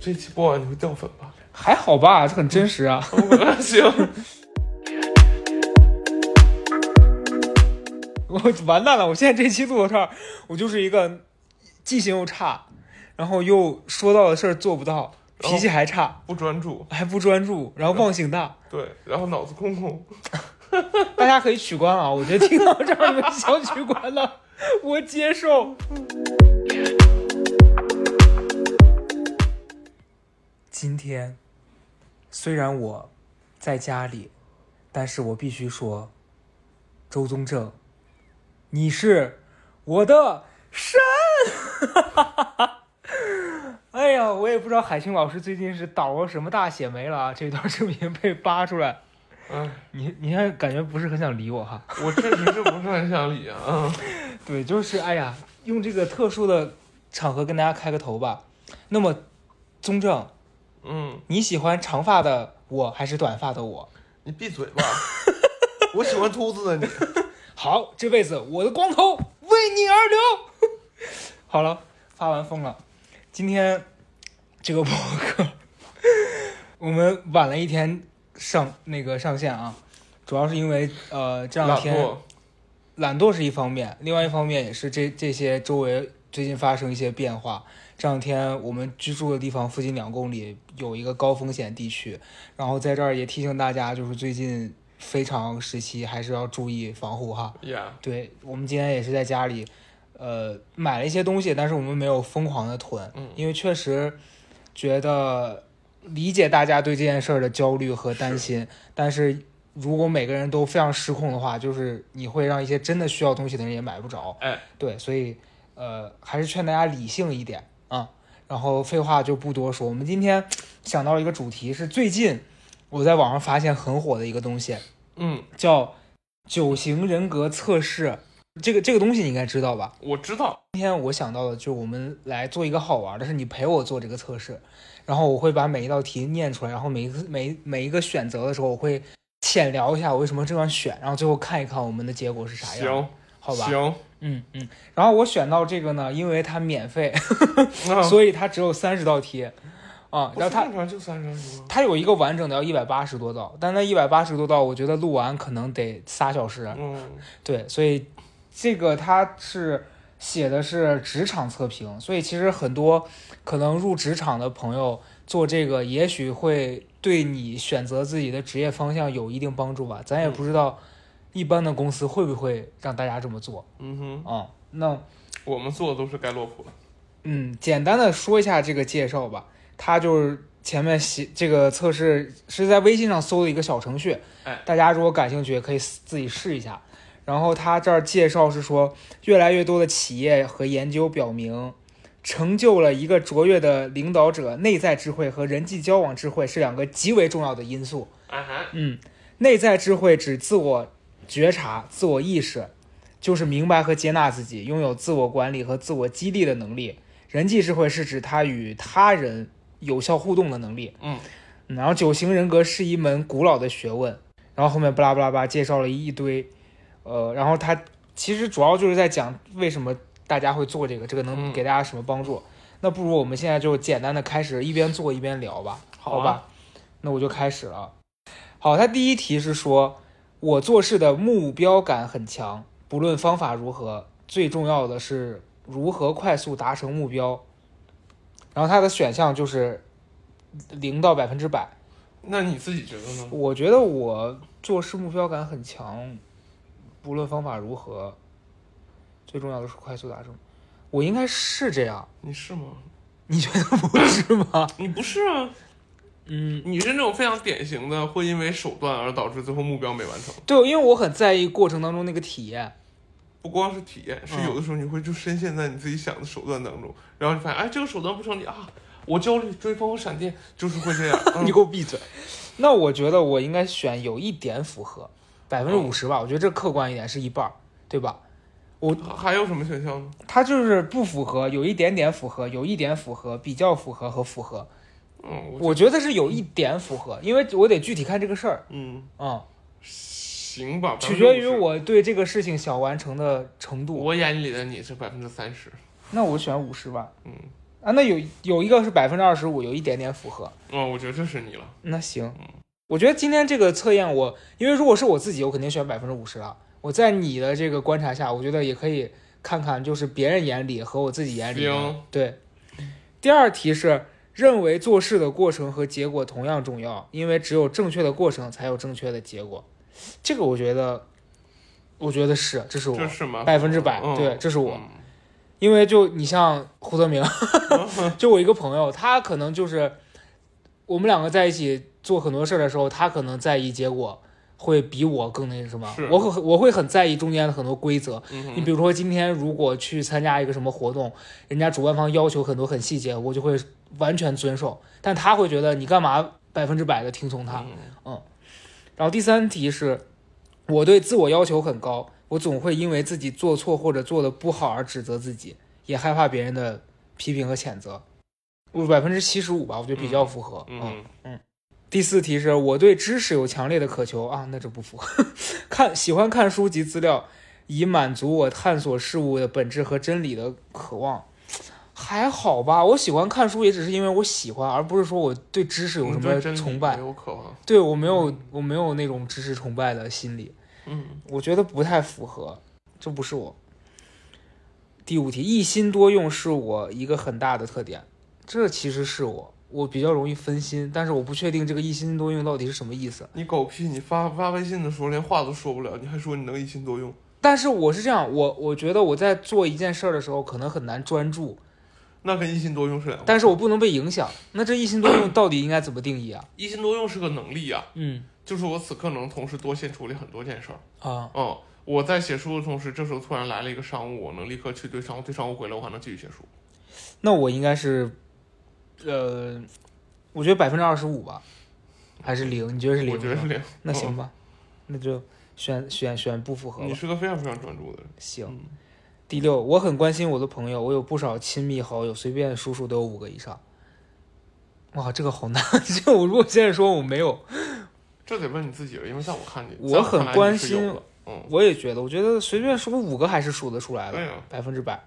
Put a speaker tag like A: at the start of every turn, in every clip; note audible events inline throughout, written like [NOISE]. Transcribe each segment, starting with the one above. A: 这期播完你会掉粉吧？ [LAUGHS]
B: 还好吧，这很真实啊。 [LAUGHS]
A: 行，
B: 我完蛋了，我现在这期录到这儿，我就是一个记性又差，然后又说到的事儿做不到，
A: 然后
B: 脾气还差，
A: 不专注，
B: 还不专注，然后忘性大。
A: 对，然后脑子空空，
B: 大家可以取关啊！我觉得听到这儿你们想取关了，我接受。今天虽然我在家里，但是我必须说，周宗正，你是我的神。 [LAUGHS] 哎呀，我也不知道海清老师最近是倒了什么大血霉了啊！这段视频被扒出来，
A: 哎，
B: 你你看，感觉不是很想理我哈？
A: 我确实是不是很想理啊。嗯
B: [LAUGHS] 对，就是哎呀，用这个特殊的场合跟大家开个头吧。那么，宗正，
A: 嗯，
B: 你喜欢长发的我还是短发的我？
A: 你闭嘴 [LAUGHS] 吧，我喜欢秃子的你。
B: 好，这辈子我的光头为你而流。 [LAUGHS] 好了，发完疯了。今天这个博客，我们晚了一天上那个上线啊，主要是因为呃这两
A: 懒
B: 天
A: 惰，
B: 懒惰是一方面，另外一方面也是这这些周围最近发生一些变化。这两天我们居住的地方附近两公里有一个高风险地区，然后在这儿也提醒大家，就是最近非常时期还是要注意防护哈。
A: 呀，
B: 对我们今天也是在家里，呃，买了一些东西，但是我们没有疯狂的囤，
A: 嗯
B: 因为确实觉得理解大家对这件事儿的焦虑和担心，但是如果每个人都非常失控的话，就是你会让一些真的需要东西的人也买不着。
A: 哎，
B: 对，所以呃，还是劝大家理性一点啊。然后废话就不多说，我们今天想到了一个主题，是最近我在网上发现很火的一个东西，
A: 嗯，
B: 叫九型人格测试。这个这个东西你应该知道吧？
A: 我知道，
B: 今天我想到的就是我们来做一个好玩的，是你陪我做这个测试，然后我会把每一道题念出来，然后每一个每每一个选择的时候，我会浅聊一下我为什么这样选，然后最后看一看我们的结果是啥样，
A: 行，
B: 好吧？
A: 行，
B: 嗯嗯。然后我选到这个呢，因为它免费，
A: 那
B: 所以它只有三十道题啊、
A: 啊不
B: 然后
A: 是
B: 它
A: 正常就三十分钟吗？
B: 它有一个完整的要一百八十多道，但那一百八十多道，我觉得录完可能得仨小时。
A: 嗯，
B: 对，所以这个它是写的是职场测评，所以其实很多可能入职场的朋友做这个，也许会对你选择自己的职业方向有一定帮助吧。咱也不知道一般的公司会不会让大家这么做
A: 嗯哼，
B: 啊、那
A: 我们做的都是该落魄。
B: 嗯，简单的说一下这个介绍吧，它就是。前面写这个测试是在微信上搜的一个小程序，
A: 哎，
B: 大家如果感兴趣也可以自己试一下。然后他这儿介绍是说，越来越多的企业和研究表明，成就了一个卓越的领导者，内在智慧和人际交往智慧是两个极为重要的因素。
A: 啊哈，
B: 嗯，内在智慧指自我觉察、自我意识，就是明白和接纳自己，拥有自我管理和自我激励的能力。人际智慧是指他与他人有效互动的能力。
A: 嗯
B: 嗯，然后九型人格是一门古老的学问。然后后面巴拉巴拉巴拉介绍了一堆，呃，然后他其实主要就是在讲为什么大家会做这个，这个能
A: 嗯
B: 给大家什么帮助。那不如我们现在就简单的开始，一边做一边聊吧，
A: 好啊
B: 吧？那我就开始了。好，他第一题是说，我做事的目标感很强，不论方法如何，最重要的是如何快速达成目标。然后它的选项就是零到百分之百。
A: 那你自己觉得呢？
B: 我觉得我做事目标感很强，不论方法如何，最重要的是快速达成。我应该是这样，
A: 你是吗？
B: 你觉得不是吗？
A: 你不是啊，
B: 嗯，
A: 你是那种非常典型的会因为手段而导致最后目标没完成。
B: 对，因为我很在意过程当中那个体验。
A: 不光是体
B: 嗯
A: 验，是有的时候你会就深陷在你自己想的手段当中，然后你发现，哎，这个手段不成立啊，我焦虑、追风、闪电就是会这样。
B: [LAUGHS] 你
A: 嗯
B: 给我闭嘴！那我觉得我应该选有一点符合，百分之五十吧。我觉得这客观一点是一半儿，对吧？
A: 嗯还有什么选项呢？
B: 它就是不符合，有一点点符合，有一点符合，比较符合和符合。
A: 嗯，我
B: 我觉得是有一点符合，因为我得具体看这个事儿。
A: 嗯，
B: 嗯，
A: 行吧，
B: 取决于
A: 50%。
B: 我对这个事情想完成的程度。
A: 我眼里的你是百分之三十，
B: 那我选五十吧。
A: 嗯，
B: 啊，那有有一个是百分之二十五，有一点点符合。
A: 嗯，我觉得这是你了。
B: 那行，
A: 嗯
B: 我觉得今天这个测验我，因为如果是我自己，我肯定选百分之五十了。我在你的这个观察下，我觉得也可以看看，就是别人眼里和我自己眼里的。
A: 行
B: 对。第二题是认为做事的过程和结果同样重要，因为只有正确的过程才有正确的结果。这个我觉得，我觉得是，这是我
A: 这是吗？
B: 百分之百，
A: 嗯
B: 对，这是我。
A: 嗯
B: 因为就你像胡泽
A: [LAUGHS]
B: 明，就我一个朋友，他可能就是我们两个在一起做很多事儿的时候，他可能在意结果会比我更那什么
A: 是，
B: 我很我会很在意中间的很多规则。
A: 嗯哼
B: 你比如说今天如果去参加一个什么活动，人家主办方要求很多很细节，我就会完全遵守，但他会觉得你干嘛百分之百的听从他。
A: 嗯
B: 然后第三题是，我对自我要求很高，我总会因为自己做错或者做的不好而指责自己，也害怕别人的批评和谴责。我百分之七十五吧，我觉得比较符合。
A: 嗯
B: 第四题是我对知识有强烈的渴求啊，那这不符 [LAUGHS] 合。看喜欢看书及资料，以满足我探索事物的本质和真理的渴望。还好吧，我喜欢看书也只是因为我喜欢，而不是说我对知识有什
A: 你对
B: 么
A: 真理
B: 崇拜
A: 没。有渴望。
B: 对我没有，我没有那种知识崇拜的心理。
A: 嗯，
B: 我觉得不太符合，这不是我。第五题，一心多用是我一个很大的特点，这其实是我，我比较容易分心，但是我不确定这个一心多用到底是什么意思。
A: 你狗屁！你发发微信的时候连话都说不了，你还说你能一心多用？
B: 但是我是这样，我我觉得我在做一件事儿的时候可能很难专注，
A: 那跟一心多用是两回事。
B: 但是我不能被影响。那这一心多用到底应该怎么定义啊？
A: 一心多用是个能力啊，
B: 嗯
A: 就是我此刻能同时多线处理很多件事儿。
B: 啊
A: 嗯，我在写书的同时，这时候突然来了一个商务，我能立刻去对商务，对商务回来，我还能继续写书。
B: 那我应该是，呃，我觉得百分之二十五吧，还是零？你觉得是零？
A: 我觉得是零。
B: 那行吧，那就选选选不符合
A: 你
B: 吧。
A: 是个非常非常专注的人。
B: 行，
A: 嗯
B: 第六，我很关心我的朋友，我有不少亲密好友，随便数数都有五个以上。哇，这个好难！ [LAUGHS] 就我如果现在说我没有，
A: 这得问你自己了，因为在我看你，
B: 我
A: 在看
B: 很
A: 来
B: 关
A: 你是有
B: 心
A: 的。嗯，
B: 我也觉得，我觉得随便数五个还是数得出来
A: 对啊呀、
B: 的，百分之百。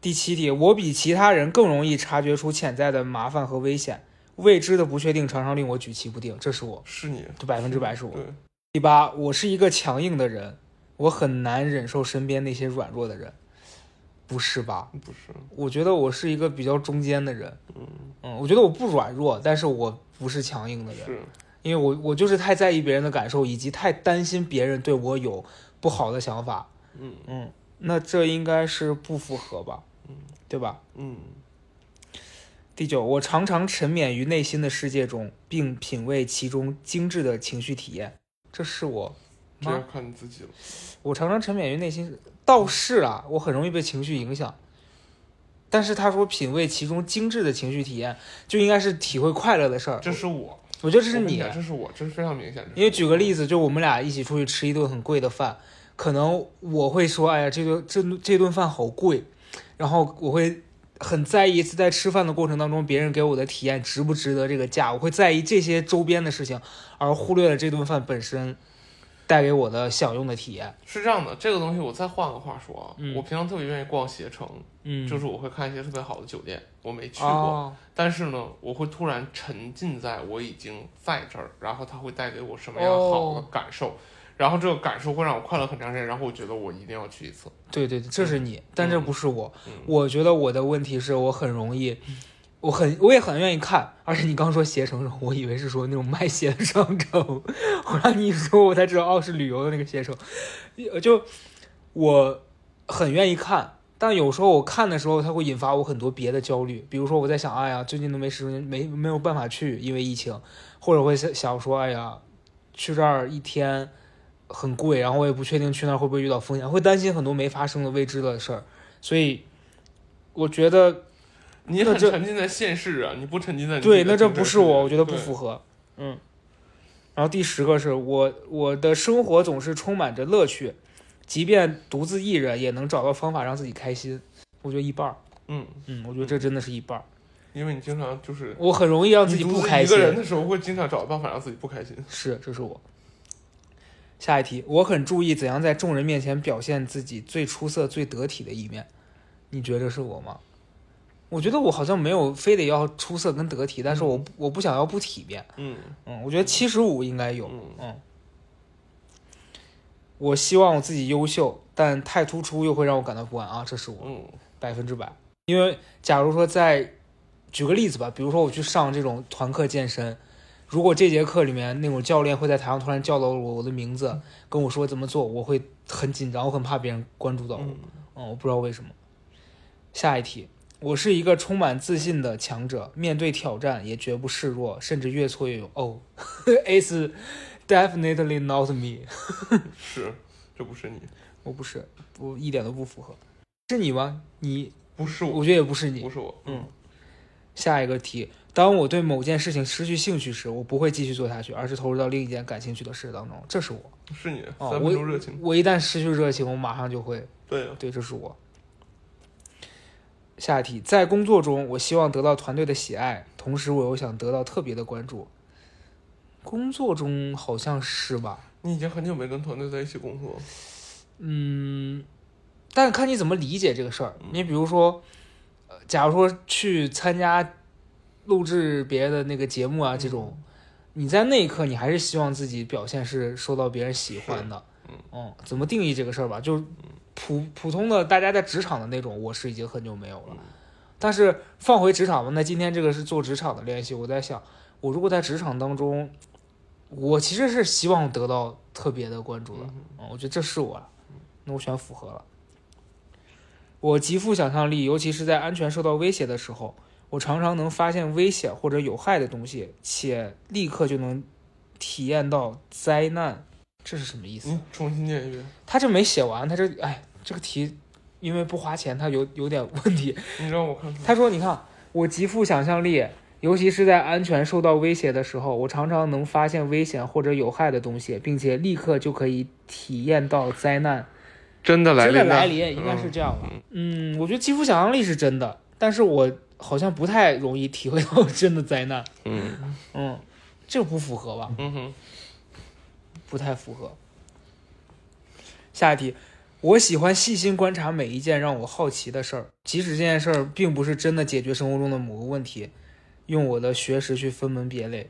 B: 第七题，我比其他人更容易察觉出潜在的麻烦和危险，未知的不确定常常令我举棋不定，这是我，
A: 是你，
B: 这百分之百是我。
A: 对，
B: 第八，我是一个强硬的人，我很难忍受身边那些软弱的人，不是吧？
A: 不是，
B: 我觉得我是一个比较中间的人，
A: 嗯，
B: 嗯，我觉得我不软弱，但是我不是强硬的人，
A: 是，
B: 因为我我就是太在意别人的感受，以及太担心别人对我有不好的想法，
A: 嗯
B: 嗯，那这应该是不符合吧，
A: 嗯，
B: 对吧？
A: 嗯，
B: 第九，我常常沉湎于内心的世界中，并品味其中精致的情绪体验，这是我
A: 这要
B: 吗？
A: 看你自己了。
B: 我常常沉湎于内心，倒是啊，我很容易被情绪影响。但是他说品味其中精致的情绪体验，就应该是体会快乐的事儿。
A: 这是我，
B: 我觉得这是
A: 我跟
B: 你啊
A: 讲，这是我，这是非常明显的。
B: 因为举个
A: 子，
B: 例子，就我们俩一起出去吃一顿很贵的饭，可能我会说，哎呀，这顿这这顿饭好贵，然后我会很在意在吃饭的过程当中别人给我的体验值不值得这个价，我会在意这些周边的事情，而忽略了这顿饭本身带给我的享用的体验。
A: 是这样的，这个东西我再换个话说啊，
B: 嗯
A: 我平常特别愿意逛携程，
B: 嗯
A: 就是我会看一些特别好的酒店，我没去过，
B: 哦
A: 但是呢，我会突然沉浸在我已经在这儿，然后它会带给我什么样好
B: 哦
A: 的感受，然后这个感受会让我快乐很长时间，然后我觉得我一定要去一次。
B: 对对对，这是你，但这不是我。
A: 嗯
B: 我觉得我的问题是我很容易，我很我也很愿意看，而且你刚说携程，我以为是说那种卖鞋的商城， [LAUGHS] 后来你一说我才知道哦是旅游的那个携程，呃就我很愿意看。但有时候我看的时候，它会引发我很多别的焦虑，比如说我在想，哎呀，最近都没时间，没没有办法去，因为疫情，或者会想想说，哎呀，去这儿一天很贵，然后我也不确定去那儿会不会遇到风险，会担心很多没发生的未知的事儿，所以我觉得
A: 你很
B: 那这
A: 沉浸在现世啊，你不沉浸在你自
B: 对，
A: 己的
B: 那这
A: 精神
B: 不是
A: 世界
B: 我，我觉得不
A: 对
B: 符合，嗯。然后第十个是我我的生活总是充满着乐趣，即便独自一人也能找到方法让自己开心，我觉得一半儿，
A: 嗯，
B: 嗯，我觉得这真的是一半儿，
A: 因为你经常就是
B: 我很容易让自己
A: 你独
B: 不
A: 自
B: 开
A: 一个
B: 心，
A: 人的时候会经常找办法让自己不开心。
B: 是，这是我。下一题，我很注意怎样在众人面前表现自己最出色、最得体的一面。你觉得是我吗？我觉得我好像没有非得要出色跟得体，但是我不我不想要不体面。
A: 嗯
B: 嗯，我觉得七十五应该有。
A: 嗯
B: 我希望我自己优秀，但太突出又会让我感到不安啊，这是我
A: 嗯
B: 百分之百。因为假如说在举个例子吧，比如说我去上这种团课健身，如果这节课里面那种教练会在台上突然叫到我我的名字，跟我说怎么做，我会很紧张，我很怕别人关注到我。
A: 嗯
B: 嗯，我不知道为什么。下一题，我是一个充满自信的强者，面对挑战也绝不示弱，甚至越挫越勇。哦，It's definitely not me。
A: 是，这不是你，
B: 我不是，不一点都不符合。是你吗？你，
A: 不是我，
B: 我觉得也不是你
A: 不。是我，
B: 嗯，下一个题，当我对某件事情失去兴趣时，我不会继续做下去，而是投入到另一件感兴趣的事当中。这是我。
A: 嗯是你，
B: 哦
A: 三分钟热情，
B: 我一旦失去热情，我马上就会
A: 对啊，
B: 对，这是我。下一题，在工作中，我希望得到团队的喜爱，同时我又想得到特别的关注。工作中好像是吧，
A: 你已经很久没跟团队在一起工作了，
B: 嗯，但看你怎么理解这个事儿。
A: 嗯
B: 你比如说，呃，假如说去参加录制别的那个节目啊，这种，
A: 嗯
B: 你在那一刻你还是希望自己表现是受到别人喜欢的，
A: 嗯
B: 嗯，怎么定义这个事儿吧？就是普普通的大家在职场的那种，我是已经很久没有了。
A: 嗯
B: 但是放回职场吧，那今天这个是做职场的练习。我在想，我如果在职场当中，我其实是希望得到特别的关注的。
A: 嗯
B: 嗯，我觉得这是我了，那我选符合了。我极富想象力，尤其是在安全受到威胁的时候，我常常能发现危险或者有害的东西，且立刻就能体验到灾难。这是什么意思？
A: 你重新念一遍，
B: 他这没写完，他这哎，这个题因为不花钱，他有有点问题。
A: 你让我看看，
B: 他说：“你看，我极富想象力，尤其是在安全受到威胁的时候，我常常能发现危险或者有害的东西，并且立刻就可以体验到灾难
A: 真的
B: 真的来
A: 临
B: 临，
A: 了，
B: 应该是这样吧
A: 嗯？
B: 嗯，我觉得极富想象力是真的，但是我好像不太容易体会到 [LAUGHS] 真的灾难。
A: 嗯
B: 嗯，这不符合吧？
A: 嗯哼，
B: 不太符合。下一题，我喜欢细心观察每一件让我好奇的事儿，即使这件事儿并不是真的解决生活中的某个问题，用我的学识去分门别类。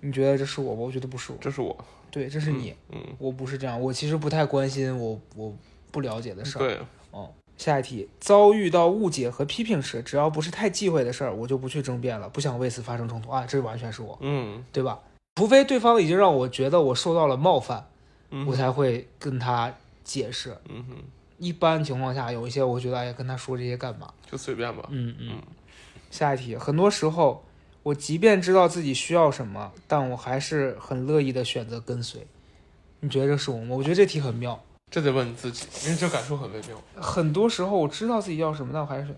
B: 你觉得这是我吗？我觉得不是我，
A: 这是我，
B: 对，这是你，
A: 嗯，
B: 我不是这样，我其实不太关心我我不了解的事
A: 嗯
B: 儿。
A: 对，
B: 哦，下一题，遭遇到误解和批评时，只要不是太忌讳的事儿，我就不去争辩了，不想为此发生冲突啊，这完全是我，
A: 嗯
B: 对吧？除非对方已经让我觉得我受到了冒犯，
A: 嗯
B: 我才会跟他解释。
A: 嗯哼，
B: 一般情况下，有一些我觉得，哎呀，跟他说这些干嘛？
A: 就随便吧，
B: 嗯嗯
A: 嗯。
B: 下一题，很多时候，我即便知道自己需要什么，但我还是很乐意的选择跟随。你觉得这是我吗？我觉得这题很妙。
A: 这得问你自己，因为这感受很微妙，
B: 很多时候我知道自己要什么，但我还是选。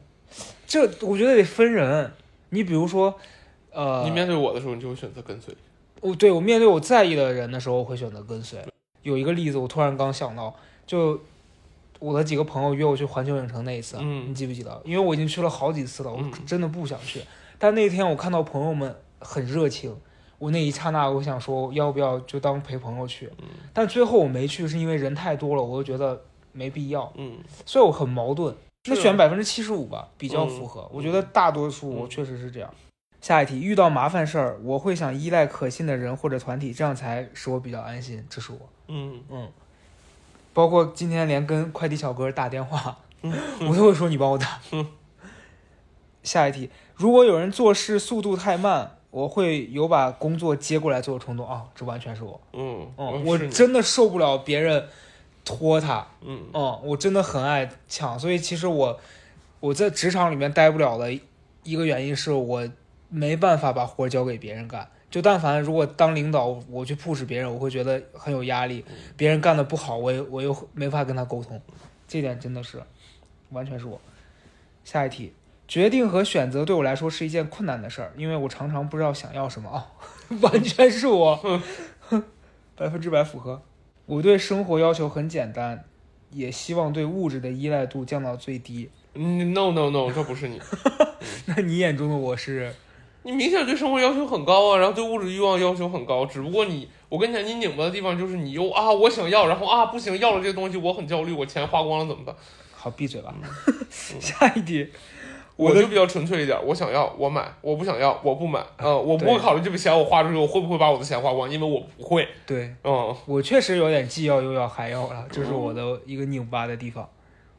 B: 这我觉得得分人。你比如说，呃，
A: 你面对我的时候，你就会选择跟随，
B: 我对我面对我在意的人的时候，我会选择跟随。有一个例子，我突然刚想到，就我的几个朋友约我去环球影城那一次，
A: 嗯
B: 你记不记得？因为我已经去了好几次了，我
A: 嗯
B: 真的不想去。但那天我看到朋友们很热情，我那一刹那我想说，要不要就当陪朋友去？
A: 嗯
B: 但最后我没去，是因为人太多了，我就觉得没必要，
A: 嗯，
B: 所以我很矛盾。那
A: 是啊嗯
B: 选百分之七十五吧，比较符合。我觉得大多数我确实是这样。下一题，遇到麻烦事儿，我会想依赖可信的人或者团体，这样才使我比较安心。这是我，
A: 嗯
B: 嗯。包括今天连跟快递小哥打电话，
A: 嗯
B: 我都会说你帮我打。下一题，如果有人做事速度太慢，我会有把工作接过来做的冲动啊，这完全是我。
A: 嗯，
B: 嗯，
A: 我
B: 我
A: 是你，
B: 真的受不了别人拖沓，
A: 嗯
B: 嗯，我真的很爱抢，所以其实我我在职场里面待不了的一个原因是我没办法把活儿交给别人干。就但凡如果当领导，我去 push 别人，我会觉得很有压力，别人干的不好，我也我又没法跟他沟通，这点真的是完全是我。下一题，决定和选择对我来说是一件困难的事儿，因为我常常不知道想要什么啊， [LAUGHS] 完全是我， [LAUGHS] 百分之百符合。我对生活要求很简单，也希望对物质的依赖度降到最低。 [LAUGHS]
A: 你，no no no，这不是你，
B: 那你眼中的我是
A: 你明显对生活要求很高啊，然后对物质欲望要求很高，只不过你，我跟你讲，你拧巴的地方就是你又啊，我想要，然后啊不行，要了这东西我很焦虑，我钱花光了怎么办？
B: [LAUGHS] 好闭嘴吧。下一题，
A: 我就比较纯粹一点，我想要我买，我不想要我不买，嗯，我不会
B: 对
A: 考虑这笔钱我花出去我会不会把我的钱花光，因为我不会，
B: 对
A: 嗯，
B: 我确实有点既要又要还要了，这是我的一个拧巴的地方。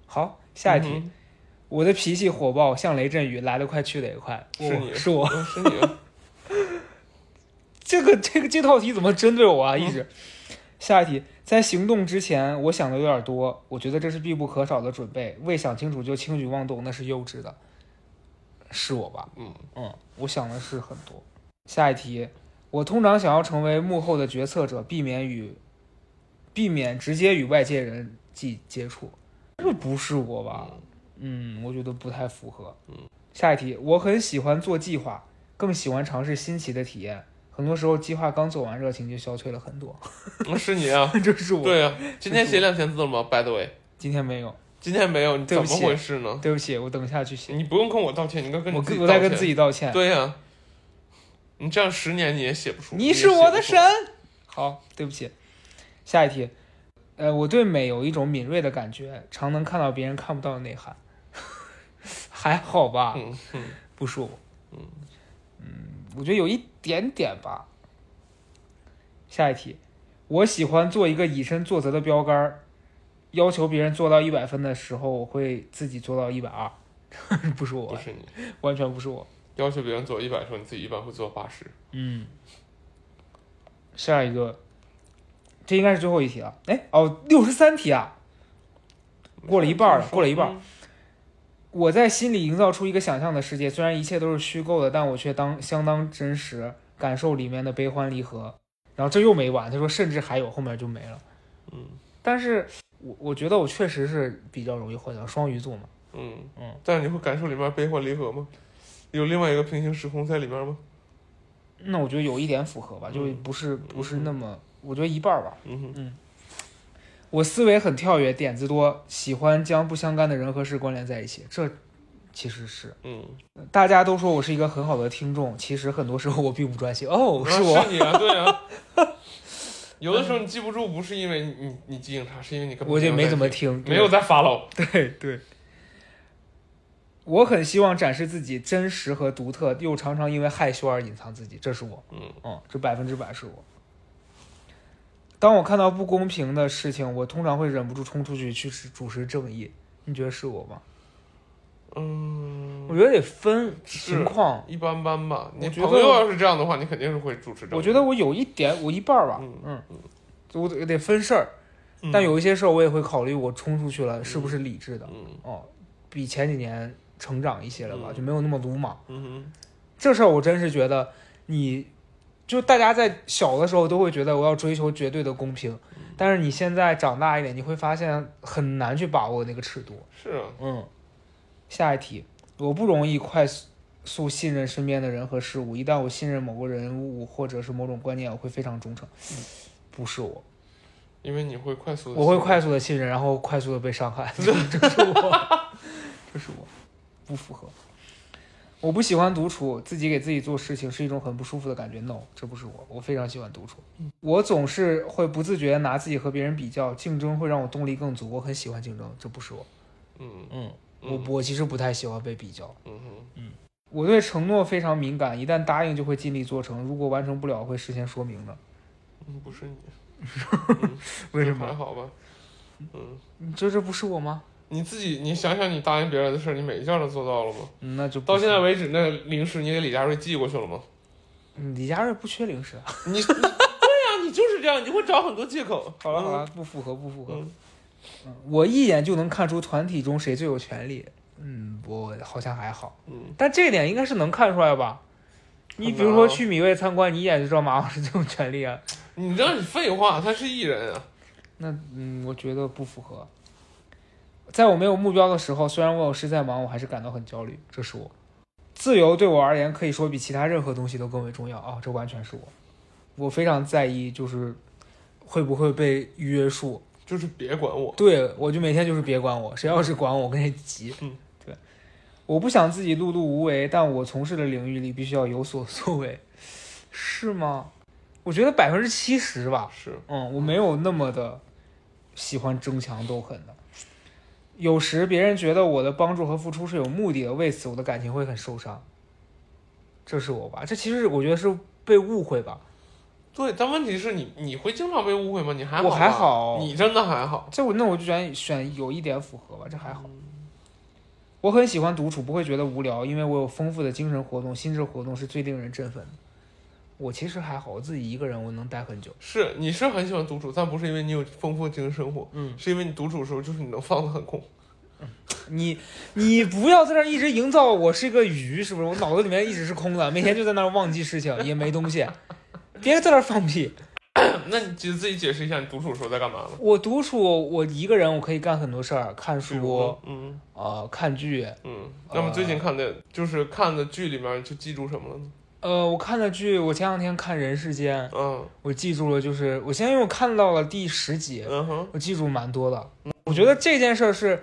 B: 好，下一题，
A: 嗯
B: 我的脾气火爆，像雷阵雨，来得快去得也快。
A: 是
B: 我
A: 你
B: 是我，
A: 嗯哼，是你，啊
B: 这个这个这套题怎么针对我啊？一直。下一题，在行动之前，我想的有点多，我觉得这是必不可少的准备。未想清楚就轻举妄动，那是幼稚的。是我吧？
A: 嗯
B: 嗯，我想的是很多。下一题，我通常想要成为幕后的决策者，避免与避免直接与外界人际接触。这不是我吧？
A: 嗯
B: 嗯，我觉得不太符合。
A: 嗯，
B: 下一题，我很喜欢做计划，更喜欢尝试新奇的体验。很多时候，计划刚做完，热情就消退了
A: [LAUGHS]
B: 很多。
A: 嗯是你啊，
B: 这是我
A: 对啊，今天
B: 是
A: 写两千字了吗？By the way，
B: 今天没有，
A: 今天没有，你
B: 对
A: 怎
B: 不
A: 么
B: 起
A: 回事呢？
B: 对不起，我等一下去写。
A: 你不用跟嗯我道歉，你应该跟你
B: 我
A: 自己
B: 跟
A: 道
B: 我在
A: 歉。
B: 跟自己道 [LAUGHS] 歉。
A: 对呀、你这样十年你也写不出。
B: 你
A: 也
B: 是
A: 写
B: 我
A: 不
B: 的
A: 出
B: 神。好，对不起。下一题，呃，我对美有一种敏锐的感觉，常能看到别人看不到的内涵。 [LAUGHS] 还好吧，
A: 嗯嗯，
B: 不是我。嗯我觉得有一点点吧。下一题，我喜欢做一个以身作则的标杆儿，要求别人做到一百分的时候，我会自己做到一百二。 [LAUGHS] 不是
A: 不
B: 我，
A: 是你。
B: 完全不是我。
A: 要求别人做一百的时候，你自己一般会做八十。
B: 嗯，下一个，这应该是最后一题了。哎，哦，六十三题啊！过了一半儿了过了一半儿
A: 嗯。
B: 我在心里营造出一个想象的世界，虽然一切都是虚构的，但我却当相当真实，感受里面的悲欢离合。然后这又没完，他说甚至还有后面就没了。
A: 嗯
B: 但是我我觉得我确实是比较容易混淆，双鱼座嘛。
A: 嗯
B: 嗯
A: 但是你会感受里面悲欢离合吗？有另外一个平行时空在里面吗？
B: 那我觉得有一点符合吧，就
A: 嗯
B: 不是不是
A: 嗯
B: 那么，我觉得一半儿吧。
A: 嗯哼，
B: 我思维很跳跃，点子多，喜欢将不相干的人和事关联在一起。这其实是
A: 嗯，
B: 大家都说我是一个很好的听众，其实很多时候我并不专心。哦，
A: 啊
B: 是我，
A: 是你啊，对
B: [LAUGHS]
A: 啊。有的时候你记不住，不是因为你你你记性差，是因为你根本
B: 我就
A: 没
B: 没
A: 有在
B: 怎么听，对
A: 没有在 follow。
B: [LAUGHS] 对对。我很希望展示自己真实和独特，又常常因为害羞而隐藏自己，这是我。
A: 嗯
B: 嗯，这百分之百是我。当我看到不公平的事情，我通常会忍不住冲出去去主持正义。你觉得是我吗？
A: 嗯，
B: 我觉得得分
A: 是
B: 情况。
A: 一般般吧。你
B: 我觉
A: 朋
B: 得
A: 友要是这样的话，你肯定是会主持这个。
B: 我觉得我有一点，我一半儿吧，
A: 嗯
B: 嗯，我得得分事儿，但有一些事儿我也会考虑，我冲出去了是不是理智的？
A: 嗯
B: 哦，比前几年成长一些了吧，
A: 嗯
B: 就没有那么鲁莽。
A: 嗯哼
B: 这事儿我真是觉得你。就大家在小的时候都会觉得我要追求绝对的公平，但是你现在长大一点，你会发现很难去把握那个尺度。
A: 是啊，
B: 嗯，下一题，我不容易快速速信任身边的人和事物。一旦我信任某个人物或者是某种观念，我会非常忠诚。不是我，
A: 因为你会快速地
B: 我会
A: 习惯
B: 快速的信任，然后快速的被
A: [LAUGHS]
B: 伤害。这是我，这是我，不符合。我不喜欢独处，自己给自己做事情是一种很不舒服的感觉。No，这不是我，我非常喜欢独处。
A: 嗯
B: 我总是会不自觉地拿自己和别人比较，竞争会让我动力更足。我很喜欢竞争，这不是我。
A: 嗯
B: 嗯，我
A: 嗯
B: 我其实不太喜欢被比较。
A: 嗯哼
B: 我对承诺非常敏感，一旦答应就会尽力做成，如果完成不了会事先说明的。
A: 嗯不是你，
B: 为什
A: 还
B: 么？
A: 好吧？嗯，
B: 你这这不是我吗？
A: 你自己你想想，你答应别人的事儿，你每一件儿都做到了吗？
B: 嗯那就不
A: 到
B: 是
A: 现在，为止，那零食你给李佳瑞寄过去了吗？
B: 嗯李佳瑞不缺零食。
A: 你你对呀、你就是这样，你会找很多借口。
B: 好了好了，不符合不符合。
A: 嗯
B: 嗯我一眼就能看出团体中谁最有权利。嗯，我好像还好，
A: 嗯，
B: 但这一点应该是能看出来吧？你比如
A: 很
B: 说
A: 难啊
B: 去米未参观，你一眼就知道马老师最有权利啊。
A: 嗯，你让你废话，他是艺人啊。
B: 那嗯，我觉得不符合。在我没有目标的时候，虽然我有事在忙，我还是感到很焦虑。这是我。自由对我而言，可以说比其他任何东西都更为重要啊、这完全是我。我非常在意，就是会不会被约束。
A: 就是别管我，
B: 对我就每天就是别管我，谁要是管我，我跟谁急。
A: 嗯，
B: 对。我不想自己碌碌无为，但我从事的领域里必须要有所 [LAUGHS] 作为，是吗？我觉得百分之七十吧。
A: 是
B: 嗯，我没有那么的喜欢争强斗狠的。有时别人觉得我的帮助和付出是有目的的，为此我的感情会很受伤。这是我吧？这其实我觉得是被误会吧。
A: 对，但问题是你你会经常被误会吗？你还好
B: 我
A: 吧
B: 还好
A: 你真的还好。
B: 这我那我就选选有一点符合吧，这还好。我很喜欢独处，不会觉得无聊，因为我有丰富的精神活动，心智活动是最令人振奋的。我其实还好，我自己一个人我能待很久。
A: 是，你是很喜欢独处，但不是因为你有丰富的精神生活，
B: 嗯，
A: 是因为你独处的时候就是你能放得很空。
B: 你你不要在那儿一直营造我是一个鱼，是不是？我脑子里面一直是空的，每天就在那儿忘记事情，也没东西。别在那儿放屁！
A: 那你就自己解释一下，你独处的时候在干嘛吗？
B: 我独处，我一个人我可以干很多事儿，看
A: 比如
B: 书
A: 说，，嗯
B: 呃，看剧，
A: 嗯。那么最近看的，就是看的剧里面就记住什么了呢？
B: 呃，我看的剧，我前两天看《人世间》，
A: 嗯
B: 我记住了，就是我现在因为我看到了第十集，
A: 嗯哼，
B: 我记住蛮多的。我觉得这件事儿是，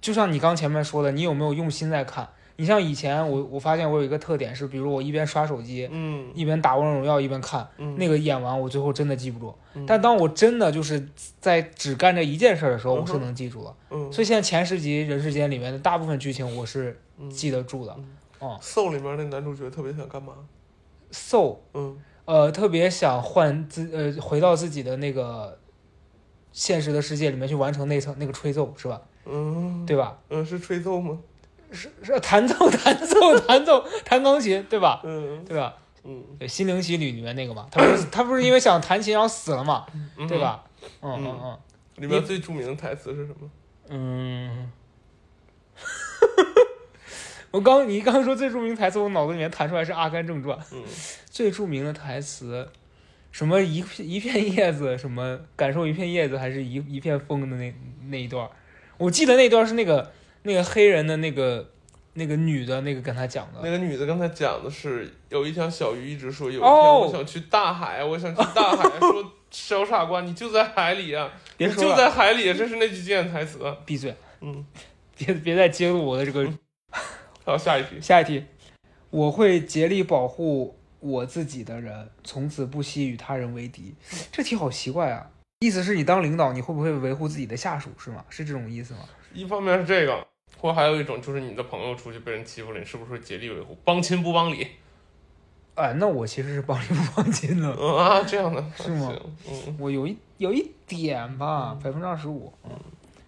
B: 就像你刚前面说的，你有没有用心在看？你像以前我，我发现我有一个特点是，比如我一边刷手机，
A: 嗯
B: 一边打王者荣耀，一边看
A: 嗯，
B: 那个演完，我最后真的记不住。
A: 嗯
B: 但当我真的就是在只干这一件事儿的时候，
A: 嗯哼
B: 我是能记住的。
A: 嗯
B: 所以现在前十集《人世间》里面的大部分剧情我是
A: 嗯
B: 记得住的。
A: ，Soul 里面那男主角特别想干嘛？
B: So，
A: 嗯
B: 呃，特别想换自呃回到自己的那个现实的世界里面去完成那层那个吹奏是吧？
A: 嗯
B: 对吧？
A: 嗯，是吹奏吗？
B: 是是弹奏 [LAUGHS] 弹奏弹奏弹钢琴对吧？
A: 嗯
B: 对吧？
A: 嗯，
B: 对《心灵奇旅》里面那个嘛，他不是他不是因为想弹琴然后死了嘛，
A: 嗯
B: 对？吧？嗯
A: 嗯
B: 嗯嗯
A: 里面最著名的台词是什么？
B: 嗯。 [LAUGHS] 我刚你刚说最著名台词，我脑子里面弹出来是《阿甘正传》
A: 嗯
B: 最著名的台词，什么一片一片叶子，什么感受一片叶子，还是一一片风的那那一段儿，我记得那段是那个那个黑人的那个那个女的那个跟他讲的
A: 那，个女的刚才讲的是，有一条小鱼一直说，有一天
B: 哦
A: 我想去大海，我想去大
B: [LAUGHS]
A: 海，说小傻瓜，你就在海里啊，
B: 别
A: 你
B: 说
A: 就
B: 了
A: 在海里啊，这是那句经典台词。
B: 闭嘴，
A: 嗯，
B: 别别再揭露我的这个
A: 好，下一题。
B: 下一题，我会竭力保护我自己的人，从此不惜与他人为敌。这题好奇怪啊！意思是你当领导，你会不会维护自己的下属是吗？是这种意思吗？
A: 一方面是这个，或还有一种就是你的朋友出去被人欺负了，你是不是会竭力维护？帮亲不帮理，
B: 哎，那我其实是帮理 [LAUGHS] 不帮亲的，
A: 嗯啊，这样的
B: 是吗？
A: 行嗯
B: 我有一有一点吧，百分之二十五。嗯，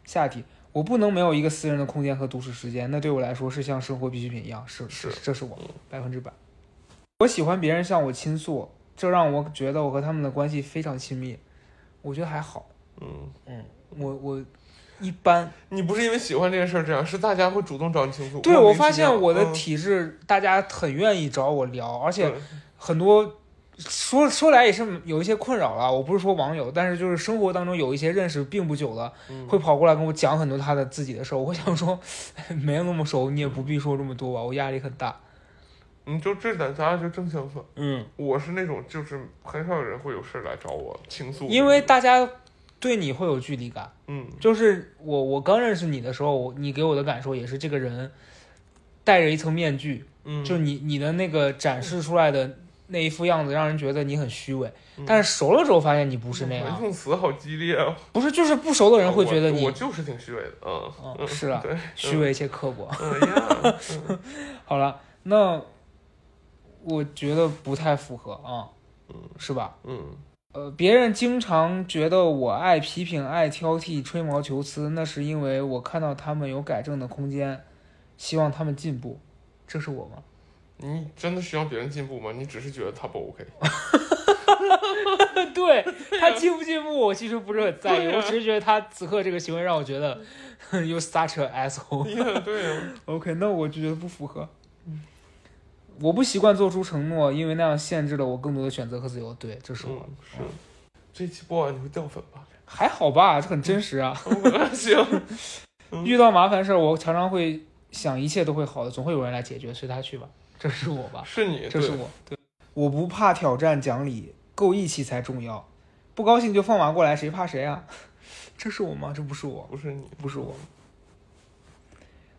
B: 下一题，我不能没有一个私人的空间和独处时间，那对我来说是像生活必需品一样。是
A: 是
B: 这是我
A: 嗯
B: 百分之百。我喜欢别人向我倾诉，这让我觉得我和他们的关系非常亲密。我觉得还好，
A: 嗯，
B: 嗯，我我一般。
A: 你不是因为喜欢这件事儿这样，是大家会主动找你倾诉。
B: 对
A: 莫
B: 我
A: 名其妙
B: 发现我的
A: 嗯
B: 体质，大家很愿意找我聊，而且
A: 对
B: 很多说说来也是有一些困扰了。我不是说网友，但是就是生活当中有一些认识并不久的，
A: 嗯
B: 会跑过来跟我讲很多他的自己的事儿。我会想说，没有那么熟，你也不必说这么多吧，我压力很大。
A: 你就这咱咱俩就正相反。
B: 嗯，
A: 我是那种就是很少有人会有事儿来找我倾诉的那种，
B: 因为大家对你会有距离感。
A: 嗯
B: 就是我我刚认识你的时候，我你给我的感受也是这个人戴着一层面具，
A: 嗯，
B: 就你你的那个展示出来的那一副样子，让人觉得你很虚伪。
A: 嗯
B: 但是熟了之后，发现你不是那样，
A: 哎用词好激烈啊！
B: 不是就是不熟的人会觉得
A: 我我
B: 你，
A: 就是挺虚伪的，嗯
B: 嗯，是啊，
A: 对，
B: 虚伪且刻薄。
A: 嗯呀，嗯
B: 好了，那我觉得不太符合啊，
A: 嗯
B: 是吧？
A: 嗯，
B: 呃，别人经常觉得我爱批评、爱挑剔、吹毛求疵，那是因为我看到他们有改正的空间，希望他们进步。这是我吗？
A: 你真的希望别人进步吗？你只是觉得他不
B: [LAUGHS]
A: OK，
B: [LAUGHS] 对他进不进步，我其实不是很在意，
A: 对啊
B: 我只是觉得他此刻这个行为让我觉得 [LAUGHS] you such a asshole。
A: 呀对呀，
B: [LAUGHS] OK，那我就觉得不符合。我不习惯做出承诺，因为那样限制了我更多的选择和自由。对，这是我。
A: 嗯是。这期播完你会掉粉
B: [LAUGHS]
A: 吧？ [LAUGHS]
B: 还好吧，这很真实啊。 [LAUGHS]
A: 行，嗯
B: 遇到麻烦事儿，我常常会想一切都会好的，总会有人来解决，随他去吧。这是我吧？
A: 是你，
B: 这是
A: 对
B: 我。对，我不怕挑战讲理，够义气才重要。不高兴就放马过来，谁怕谁啊？ [LAUGHS] 这是我吗？这不是我，
A: 不是你，
B: 不是我。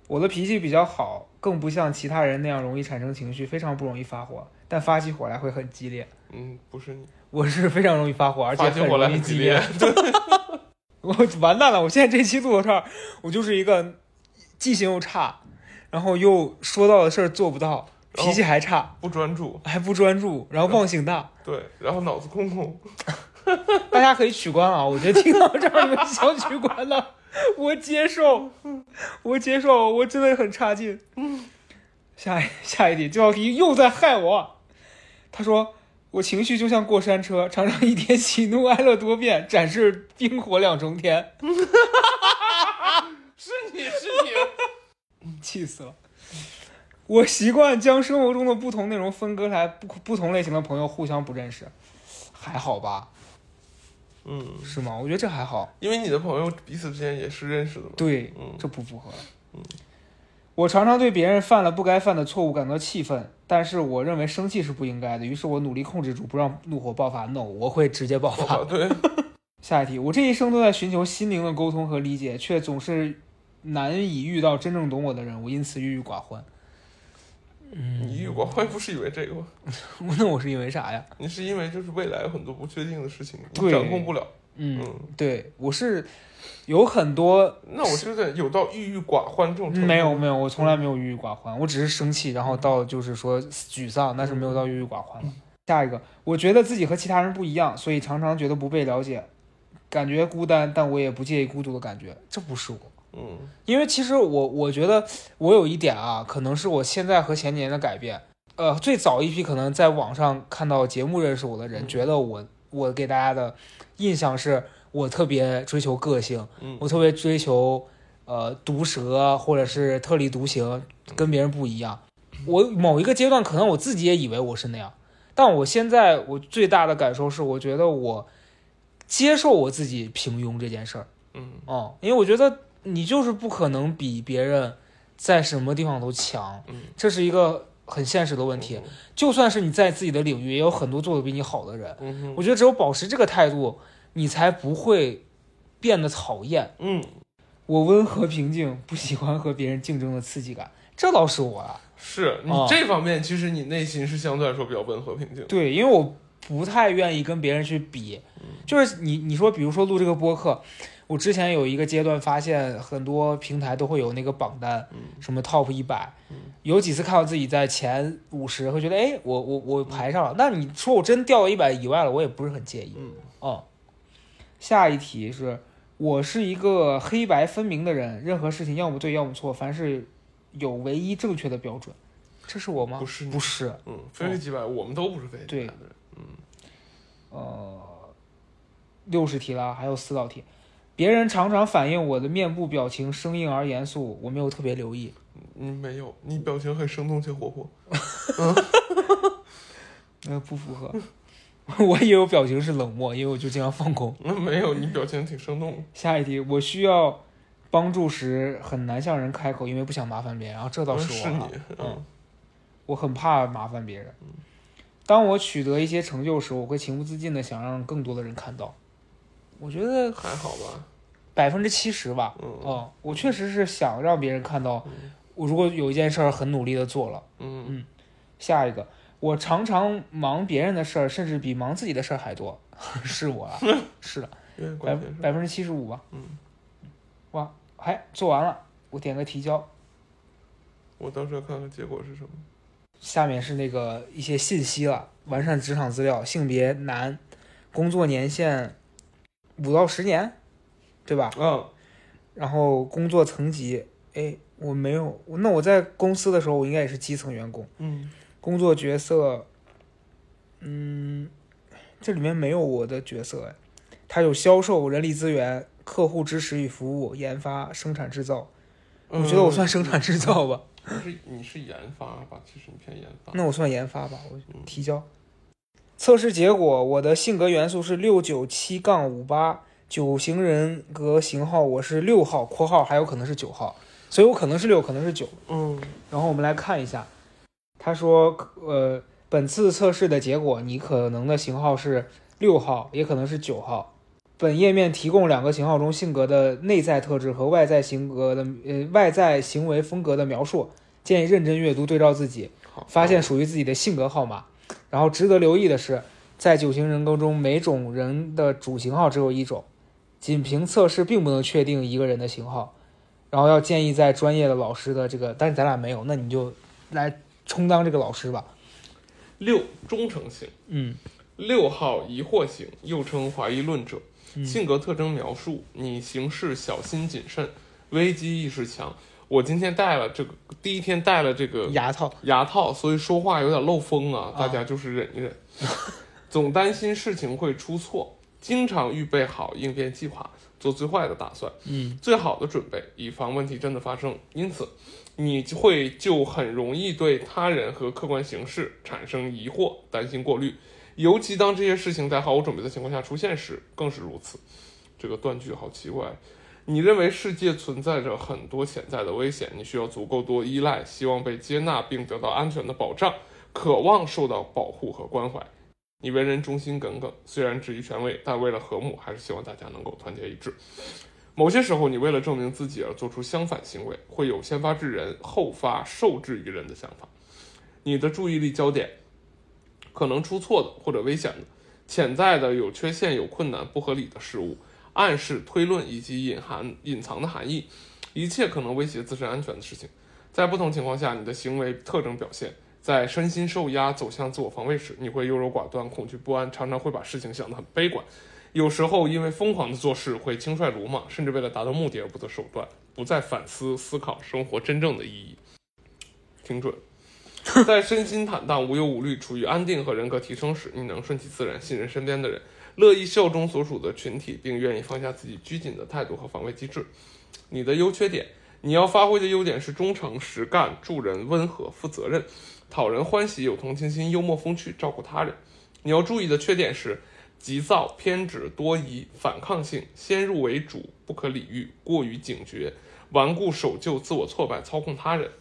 B: 我的脾气比较好，更不像其他人那样容易产生情绪，非常不容易发火，但发起火来会很激烈。
A: 嗯，不是你，
B: 我是非常容易发火，而且
A: 发起
B: 很
A: 火来
B: 容易
A: 很
B: 激
A: 烈。
B: 我完蛋了！我现在这期做到这儿，我就是一个记性又差，然后又说到的事儿做不到，
A: 然后
B: 脾气还差，
A: 不专注，
B: 还不专注，然后忘性大。
A: 对，然后脑子空空，
B: [LAUGHS] 大家可以取关啊！我觉得听到这儿你们想取关了， [LAUGHS] 我接受，我接受，我真的很差劲。下一下一题，这道题又在害我。他说：“我情绪就像过山车，常常一天喜怒哀乐多变，展示冰火两重天。”
A: 是你是你，
B: 气死了！我习惯将生活中的不同内容分割开，不不同类型的朋友互相不认识，还好吧？
A: [LAUGHS] 嗯，
B: 是吗？我觉得这还好。
A: 因为你的朋友彼此之间也是认识的
B: [LAUGHS]
A: 嘛，
B: 对，
A: 嗯
B: 这不符合。我常常对别人犯了不该犯的错误感到气愤，但是我认为生气是不应该的，于是我努力控制住，不让怒火爆发。No，我会直接爆发。
A: 哦对，
B: 下一题，我这一生都在寻求心灵的沟通和理解，却总是难以遇到真正懂我的人，我因此郁郁寡欢。嗯
A: 你遇过，我也不是因为这个吗？
B: [LAUGHS] 那我是因为啥呀？
A: 你是因为就是未来有很多不确定的事情，你
B: 对
A: 掌控不了。
B: 嗯，
A: 嗯，
B: 对，我是有很多
A: 那我是在有到郁郁寡欢这种程度，
B: 没有，没有，我从来没有郁郁寡欢，我只是生气，然后到就是说沮丧，但是没有到郁郁寡欢了。下一个，我觉得自己和其他人不一样，所以常常觉得不被了解，感觉孤单，但我也不介意孤独的感觉，这不是我。
A: 嗯
B: 因为其实我我觉得我有一点啊，可能是我现在和前年的改变。呃，最早一批可能在网上看到节目认识我的人，
A: 嗯
B: 觉得我我给大家的印象是我特别追求个性，
A: 嗯
B: 我特别追求呃毒舌或者是特立独行，跟别人不一样。
A: 嗯
B: 我某一个阶段可能我自己也以为我是那样，但我现在我最大的感受是，我觉得我接受我自己平庸这件事儿。
A: 嗯
B: 哦，因为我觉得你就是不可能比别人在什么地方都强，
A: 嗯，
B: 这是一个很现实的问题。就算是你在自己的领域，也有很多做的比你好的人。
A: 嗯
B: 我
A: 哼
B: 觉得只有保持这个态度，你才不会变得讨厌。
A: 嗯，
B: 我温和平静，不喜欢和别人竞争的刺激感，这倒是我啊。
A: 是你
B: 哦
A: 这方面，其实你内心是相对来说比较温和平静。
B: 对，因为我不太愿意跟别人去比，
A: 嗯
B: 就是你你说，比如说录这个播客，我之前有一个阶段发现，很多平台都会有那个榜单，
A: 嗯
B: 什么 top 一百
A: 嗯，
B: 有几次看到自己在前五十，会觉得哎，我我我排上了。那你说我真掉到一百以外了，我也不是很介意。
A: 嗯
B: 嗯，下一题是我是一个黑白分明的人，任何事情要么对，要么错，凡是有唯一正确的标准，这是我吗？
A: 不是你
B: 不是，
A: 嗯，非黑即白，我们都不是非黑即白的人。
B: 呃，六十题了，还有四道题。别人常常反映我的面部表情生硬而严肃，我没有特别留意。
A: 嗯你没有，你表情很生动且活泼。 [LAUGHS]
B: 呃，不符合。 [LAUGHS] 我也有表情是冷漠，因为我就经常放空。
A: 嗯，没有，你表情挺生动的。
B: 下一题，我需要帮助时很难向人开口，因为不想麻烦别人。然后这倒
A: 嗯嗯
B: 是
A: 是
B: 我、啊，
A: 你，
B: 嗯，我很怕麻烦别人。当我取得一些成就时，我会情不自禁的想让更多的人看到。我觉得
A: 还好吧？
B: 百分之七十吧，
A: 嗯
B: 嗯，我确实是想让别人看到
A: 嗯，
B: 我如果有一件事儿很努力的做了。
A: 嗯
B: 下一个，我常常忙别人的事儿，甚至比忙自己的事儿还多， [LAUGHS] 是
A: [LAUGHS]
B: 我啊，是的，
A: 对，
B: 百
A: 关键是，
B: 百分之七十五吧。
A: 嗯，
B: 哇，还做完了，我点个提交。
A: 我到时候看看结果是什么。
B: 下面是那个一些信息了，完善职场资料，性别男，工作年限五到十年，对吧？
A: 嗯，
B: 然后工作层级，哎，我没有，那我在公司的时候，我应该也是基层员工。
A: 嗯，
B: 工作角色，嗯，这里面没有我的角色哎，它有销售、人力资源、客户支持与服务、研发、生产制造。我觉得我算生产制造吧，
A: 你嗯是你是研发吧？其实你偏研发。
B: 那我算研发吧，我
A: 嗯
B: 提交。测试结果，我的性格元素是六九七杠五八，九型人格型号我是六号（括号还有可能是九号），所以我可能是六，可能是九。
A: 嗯
B: 然后我们来看一下，他说，呃，本次测试的结果，你可能的型号是六号，也可能是九号。本页面提供两个型号中性格的内在特质和外在性格的呃外在行为风格的描述，建议认真阅读，对照自己，
A: 好，
B: 发现属于自己的性格号码。然后值得留意的是，在九型人格中，每种人的主型号只有一种，仅凭测试并不能确定一个人的型号，然后要建议在专业的老师的这个，但是咱俩没有，那你就来充当这个老师吧。
A: 六忠诚型，
B: 嗯
A: 六号疑惑型，又称怀疑论者。
B: 嗯
A: 性格特征描述：你行事小心谨慎，危机意识强。我今天戴了这个，第一天戴了这个
B: 牙套，
A: 牙套，所以说话有点漏风啊，
B: 啊
A: 大家就是忍一忍。 [LAUGHS] 总担心事情会出错，经常预备好应变计划，做最坏的打算，
B: 嗯
A: 最好的准备，以防问题真的发生。因此，你就会就很容易对他人和客观形势产生疑惑、担心、过滤，尤其当这些事情在毫无准备的情况下出现时，更是如此。这个断句好奇怪。你认为世界存在着很多潜在的危险，你需要足够多依赖，希望被接纳并得到安全的保障，渴望受到保护和关怀。你为人忠心耿耿，虽然质疑权威，但为了和睦，还是希望大家能够团结一致。某些时候，你为了证明自己而做出相反行为，会有先发制人、后发受制于人的想法。你的注意力焦点可能出错的或者危险的、潜在的有缺陷、有困难、不合理的事物，暗示、推论以及隐含、隐藏的含义，一切可能威胁自身安全的事情。在不同情况下，你的行为特征表现。在身心受压、走向自我防卫时，你会优柔寡断、恐惧不安，常常会把事情想得很悲观。有时候因为疯狂的做事会轻率鲁莽，甚至为了达到目的而不择手段，不再反思、思考生活真正的意义。挺准。在身心坦荡、无忧无虑、处于安定和人格提升时，你能顺其自然，信任身边的人，乐意效忠所属的群体，并愿意放下自己拘谨的态度和防卫机制。你的优缺点，你要发挥的优点是忠诚、实干、助人、温和、负责任，讨人欢喜、有同情心、幽默风趣、照顾他人。你要注意的缺点是急躁、偏执、多疑、反抗性、先入为主、不可理喻、过于警觉、顽固守旧、自我挫败、操控他人。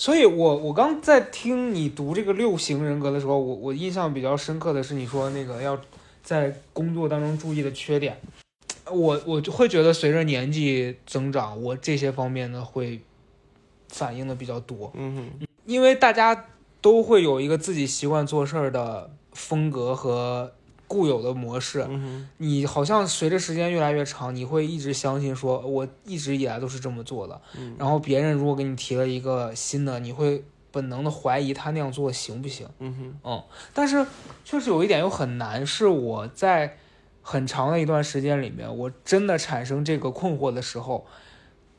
B: 所以我我刚在听你读这个六型人格的时候，我我印象比较深刻的是你说那个要在工作当中注意的缺点，我我就会觉得随着年纪增长，我这些方面呢会反映的比较多，
A: 嗯哼，
B: 因为大家都会有一个自己习惯做事儿的风格和固有的模式，
A: 嗯哼，
B: 你好像随着时间越来越长，你会一直相信说，我一直以来都是这么做的。
A: 嗯
B: 然后别人如果给你提了一个新的，你会本能的怀疑他那样做行不行。
A: 嗯哼，
B: 但是确实有一点又很难，是我在很长的一段时间里面，我真的产生这个困惑的时候，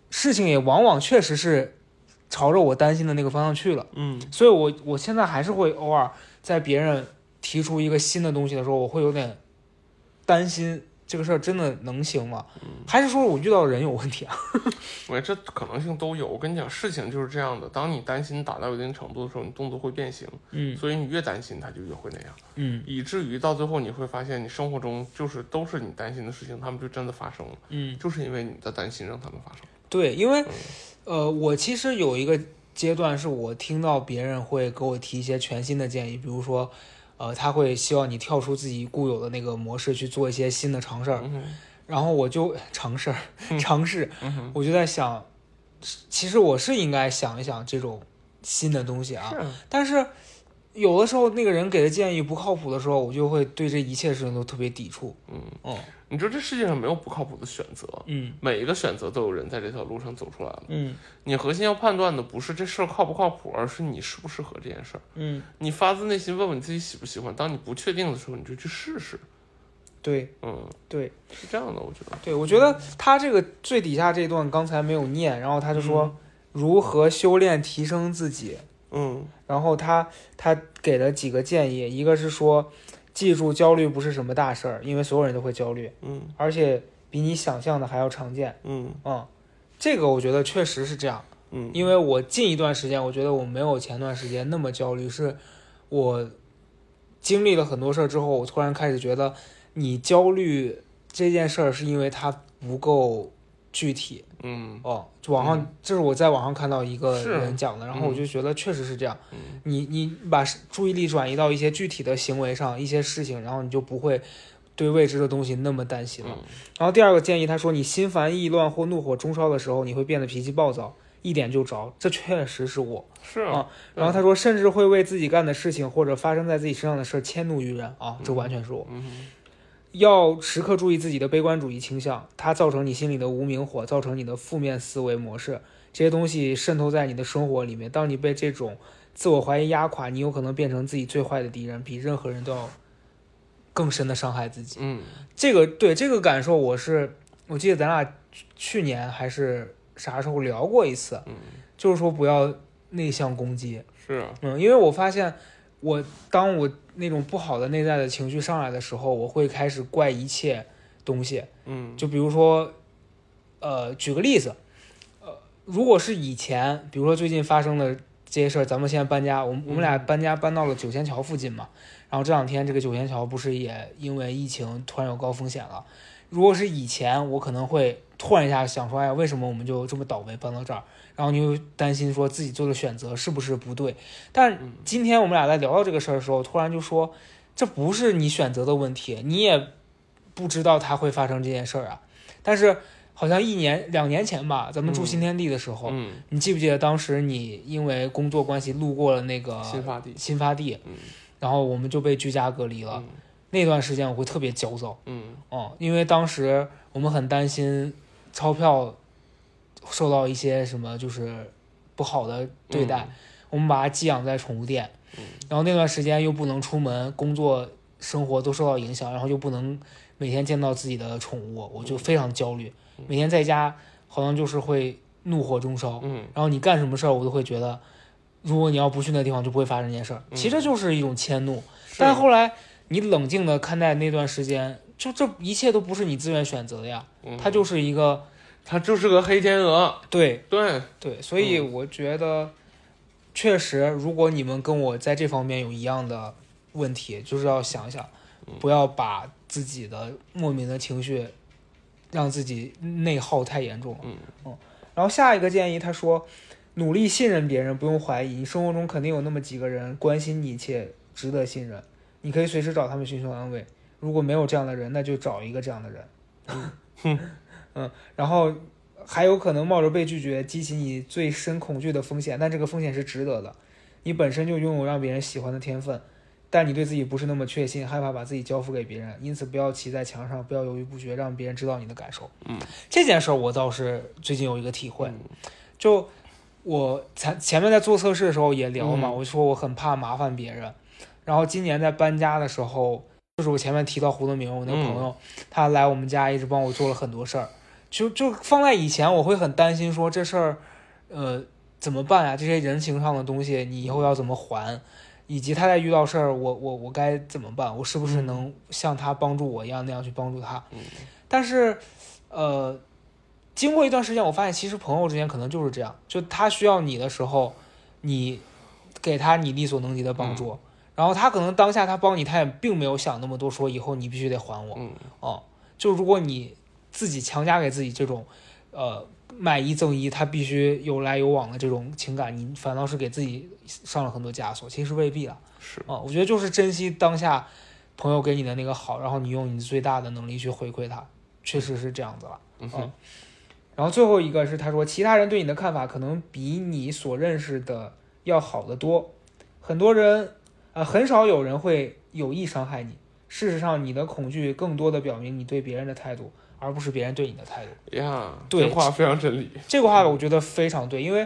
B: 事情也往往确实是朝着我担心的那个方向去了。
A: 嗯
B: 所以我我现在还是会偶尔在别人提出一个新的东西的时候，我会有点担心这个事儿真的能行吗？还是说我遇到的人有问题啊？
A: 我这可能性都有。我跟你讲，事情就是这样的。当你担心达到一定程度的时候，你动作会变形，
B: 嗯
A: 所以你越担心，它就越会那样，
B: 嗯
A: 以至于到最后你会发现，你生活中就是都是你担心的事情，他们就真的发生了，
B: 嗯，
A: 就是因为你的担心让他们发生。
B: 对，因为
A: 嗯
B: 呃，我其实有一个阶段是我听到别人会给我提一些全新的建议，比如说。呃，他会希望你跳出自己固有的那个模式去做一些新的尝试儿，
A: 嗯哼，
B: 然后我就 [LAUGHS] 尝试儿
A: 嗯
B: 尝试，
A: 嗯哼，
B: 我就在想，其实我是应该想一想这种新的东西啊
A: 是，啊。
B: 但是有的时候那个人给的建议不靠谱的时候，我就会对这一切事情都特别抵触。
A: 嗯，
B: 哦，
A: 你知道这世界上没有不靠谱的选择，
B: 嗯
A: 每一个选择都有人在这条路上走出来了。
B: 嗯
A: 你核心要判断的不是这事儿靠不靠谱，而是你适不适合这件事儿。
B: 嗯，
A: 你发自内心问问你自己喜不喜欢。当你不确定的时候，你就去试试。
B: 对
A: 嗯，
B: 对
A: 是这样的，我觉得。
B: 对，我觉得他这个最底下这段刚才没有念，然后他就说、如何修炼提升自己，
A: 嗯
B: 然后他他给了几个建议，一个是说记住焦虑不是什么大事儿，因为所有人都会焦虑，
A: 嗯
B: 而且比你想象的还要常见。
A: 嗯
B: 嗯，这个我觉得确实是这样，
A: 嗯，
B: 因为我近一段时间，我觉得我没有前段时间那么焦虑，是我经历了很多事儿之后，我突然开始觉得，你焦虑这件事儿是因为它不够具体
A: 嗯
B: 哦。就网上，这是我在网上看到一个
A: 是
B: 人讲的，然后我就觉得确实是这样。
A: 嗯
B: 你你把注意力转移到一些具体的行为上，一些事情，然后你就不会对未知的东西那么担心了。
A: 嗯
B: 然后第二个建议，他说你心烦意乱或怒火中烧的时候，你会变得脾气暴躁，一点就着。这确实是我。
A: 是啊。
B: 然后他说，甚至会为自己干的事情或者发生在自己身上的事儿迁怒于人啊，这完全是我。
A: 嗯
B: 要时刻注意自己的悲观主义倾向，它造成你心里的无名火，造成你的负面思维模式，这些东西渗透在你的生活里面。当你被这种自我怀疑压垮，你有可能变成自己最坏的敌人，比任何人都要更深的伤害自己。
A: 嗯，
B: 这个对这个感受，我是我记得咱俩去去年还是啥时候聊过一次，
A: 嗯
B: 就是说不要内向攻击。
A: 是啊，
B: 嗯，因为我发现我当我那种不好的内在的情绪上来的时候，我会开始怪一切东西，
A: 嗯
B: 就比如说，呃，举个例子，呃，如果是以前，比如说最近发生的这些事儿，咱们现在搬家，我们我们俩
A: 嗯
B: 搬家搬到了九仙桥附近嘛，然后这两天这个九仙桥不是也因为疫情突然有高风险了？如果是以前，我可能会突然一下想说，哎呀，为什么我们就这么倒霉搬到这儿？然后你又担心说自己做的选择是不是不对？但
A: 嗯
B: 今天我们俩在聊到这个事儿的时候，突然就说，这不是你选择的问题，你也不知道它会发生这件事儿啊。但是好像一年两年前吧，咱们住
A: 嗯
B: 新天地的时候，
A: 嗯，
B: 你记不记得当时你因为工作关系路过了那个
A: 新发地，
B: 新发地，
A: 嗯
B: 然后我们就被居家隔离了。
A: 嗯
B: 那段时间我会特别焦躁，
A: 嗯
B: 哦、因为当时我们很担心钞票受到一些什么就是不好的对待，我们把它寄养在宠物店，
A: 嗯
B: 然后那段时间又不能出门，工作生活都受到影响，然后又不能每天见到自己的宠物，我就非常焦虑，
A: 嗯
B: 每天在家好像就是会怒火中烧，
A: 嗯
B: 然后你干什么事儿我都会觉得，如果你要不去那地方就不会发生这件事儿，
A: 嗯
B: 其实这就是一种迁怒，
A: 嗯，
B: 但
A: 是
B: 后来你冷静的看待那段时间，就这一切都不是你自愿选择的呀，
A: 嗯
B: 它就是一个
A: 他就是个黑天鹅，
B: 对
A: 对，
B: 对，所以
A: 嗯
B: 我觉得，确实，如果你们跟我在这方面有一样的问题，就是要想一想
A: 嗯，
B: 不要把自己的莫名的情绪让自己内耗太严重了。
A: 嗯
B: 然后下一个建议，他说，努力信任别人，不用怀疑，你生活中肯定有那么几个人关心你且值得信任，你可以随时找他们寻求安慰。如果没有这样的人，那就找一个这样的人。 [LAUGHS] 嗯，然后还有可能冒着被拒绝、激起你最深恐惧的风险，但这个风险是值得的。你本身就拥有让别人喜欢的天分，但你对自己不是那么确信，害怕把自己交付给别人，因此不要骑在墙上，不要犹豫不决，让别人知道你的感受。
A: 嗯，
B: 这件事儿我倒是最近有一个体会，
A: 嗯
B: 就我前前面在做测试的时候也聊嘛，
A: 嗯
B: 我说我很怕麻烦别人，然后今年在搬家的时候，就是我前面提到胡德明，我那个朋友，
A: 嗯
B: 他来我们家一直帮我做了很多事儿，就就放在以前我会很担心说这事儿，呃，怎么办呀、这些人情上的东西你以后要怎么还？以及他在遇到事儿，我我我该怎么办？我是不是
A: 嗯
B: 能像他帮助我一样那样去帮助他？
A: 嗯
B: 但是，呃，经过一段时间，我发现其实朋友之间可能就是这样，就他需要你的时候，你给他你力所能及的帮助，
A: 嗯
B: 然后他可能当下他帮你，他也并没有想那么多，说以后你必须得还我
A: 嗯
B: 哦。就如果你自己强加给自己这种，呃，买一赠一，他必须有来有往的这种情感，你反倒是给自己上了很多枷锁，其实未必了。
A: 是，
B: 啊、我觉得就是珍惜当下朋友给你的那个好，然后你用你最大的能力去回馈他，确实是这样子了。
A: 嗯哼
B: 然后最后一个是他说，其他人对你的看法可能比你所认识的要好得多。很多人，呃，很少有人会有意伤害你。事实上，你的恐惧更多的表明你对别人的态度，而不是别人对你的态度。
A: 呀，
B: 对
A: 这话非常真理，
B: 这个话我觉得非常对，因为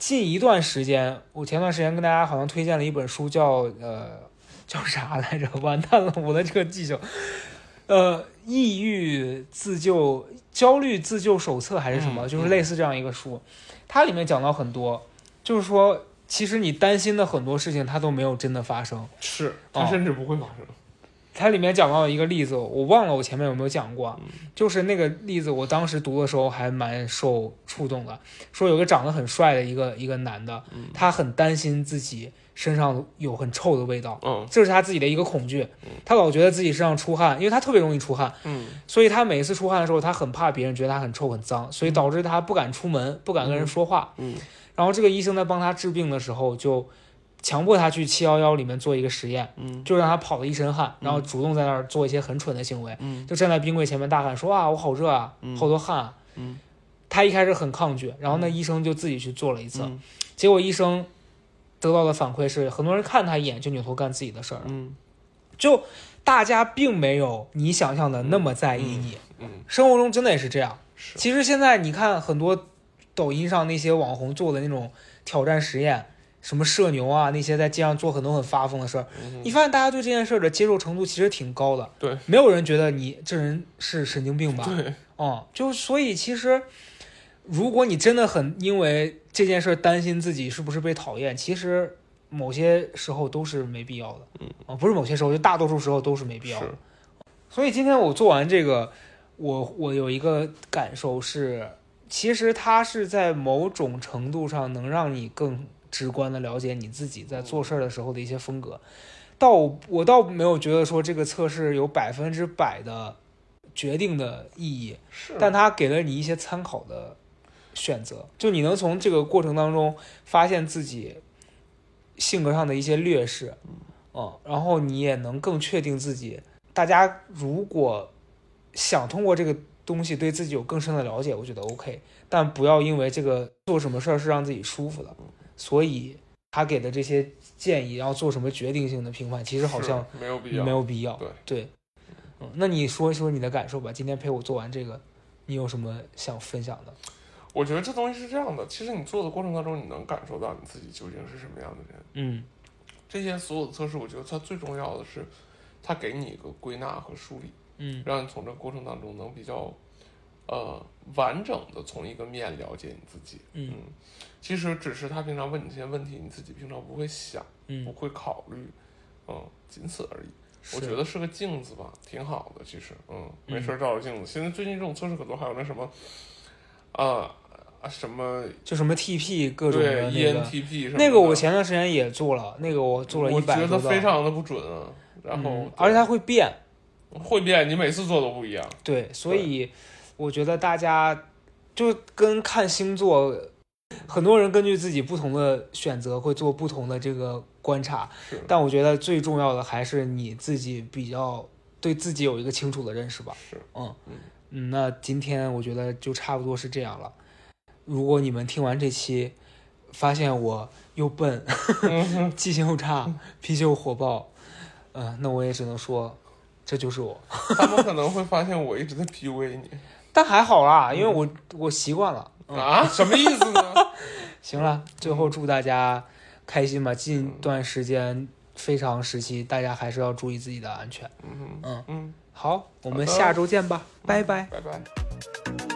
B: 近一段时间，我前段时间跟大家好像推荐了一本书叫，呃叫啥来着？ [LAUGHS] 完蛋了，我的这个记性，呃，《抑郁自救焦虑自救手册》还是什么，
A: 嗯
B: 就是类似这样一个书，它里面讲到很多，就是说，其实你担心的很多事情，它都没有真的发生。
A: 是，它
B: 哦
A: 甚至不会发生，
B: 它里面讲到一个例子，我忘了我前面有没有讲过啊
A: 嗯，
B: 就是那个例子，我当时读的时候还蛮受触动的。说有个长得很帅的一个一个男的，
A: 嗯
B: 他很担心自己身上有很臭的味道，
A: 嗯
B: 这是他自己的一个恐惧
A: 嗯。
B: 他老觉得自己身上出汗，因为他特别容易出汗，
A: 嗯
B: 所以他每一次出汗的时候，他很怕别人觉得他很臭很脏，所以导致他不敢出门，不敢跟人说话。
A: 嗯
B: 然后这个医生在帮他治病的时候，就强迫他去七幺幺里面做一个实验。
A: 嗯
B: 就让他跑了一身汗，
A: 嗯
B: 然后主动在那儿做一些很蠢的行为，
A: 嗯
B: 就站在冰柜前面大喊说啊，我好热啊，
A: 嗯
B: 好多汗、啊。
A: 嗯
B: 他一开始很抗拒，然后那医生就自己去做了一次，
A: 嗯
B: 结果医生得到的反馈是，很多人看他一眼就扭头干自己的事儿了。
A: 嗯
B: 就大家并没有你想象的那么在意你。
A: 嗯，
B: 生活中真的也是这样。
A: 是，
B: 其实现在你看很多抖音上那些网红做的那种挑战实验，什么社牛啊那些在街上做很多很发疯的事儿，
A: 嗯
B: 你发现大家对这件事儿的接受程度其实挺高的。
A: 对，
B: 没有人觉得你这人是神经病吧？
A: 对，
B: 嗯，就所以其实，如果你真的很因为这件事儿担心自己是不是被讨厌，其实某些时候都是没必要的。
A: 嗯，
B: 啊，不是某些时候，就大多数时候都是没必要的。
A: 是，
B: 所以今天我做完这个，我我有一个感受是，其实它是在某种程度上能让你更直观的了解你自己在做事儿的时候的一些风格。倒我倒没有觉得说这个测试有百分之百的决定的意义，
A: 是，
B: 但它给了你一些参考的选择，就你能从这个过程当中发现自己性格上的一些劣势，嗯，然后你也能更确定自己。大家如果想通过这个东西对自己有更深的了解，我觉得 OK，但不要因为这个做什么事儿是让自己舒服的，
A: 嗯
B: 所以他给的这些建议，然后做什么决定性的评判，其实好像
A: 是没有必要
B: 没，有必要。
A: 对
B: 嗯，那你说一说你的感受吧。今天陪我做完这个，你有什么想分享的？
A: 我觉得这东西是这样的，其实你做的过程当中，你能感受到你自己究竟是什么样的人。
B: 嗯
A: 这些所有的测试，我觉得它最重要的是，它给你一个归纳和梳理，
B: 嗯
A: 让你从这个过程当中能比较，呃，完整的从一个面了解你自己。
B: 嗯
A: 其实只是他平常问你这些问题，你自己平常不会想，不
B: 嗯，
A: 会考虑，嗯，仅此而已。我
B: 是
A: 觉得是个镜子吧，挺好的。其实，嗯，
B: 嗯
A: 没事儿照照镜子。现在最近这种测试可多，还有那什么，啊、啊什么
B: 就什么 TP 各种
A: 对，E
B: 的那个，
A: ENTP 什么的
B: 那个我前段时间也做了，那个我做了一
A: 我
B: 百
A: 觉
B: 多
A: 得
B: 道，
A: 非常的不准啊。然后，
B: 嗯而且它会变，
A: 它会变，你每次做都不一样。
B: 对，所以我觉得大家就跟看星座，很多人根据自己不同的选择会做不同的这个观察
A: 是，
B: 但我觉得最重要的还是你自己比较对自己有一个清楚的认识吧。
A: 是，
B: 嗯
A: 嗯，
B: 嗯，那今天我觉得就差不多是这样了。如果你们听完这期，发现我又笨， [LAUGHS]
A: 嗯
B: 记性又差，脾气又火爆，嗯、那我也只能说，这就是我。
A: 他们可能会发现我一直在 PUA 你
B: 但还好啦，因为我我习惯了。
A: 啊，什么意思呢？
B: 行了，最后祝大家开心吧。近段时间非常时期，大家还是要注意自己的安全。
A: 嗯哼
B: 嗯，
A: 嗯，
B: 好，
A: 好
B: 我
A: 的
B: 们下周见吧，拜拜。
A: 拜拜。
C: thank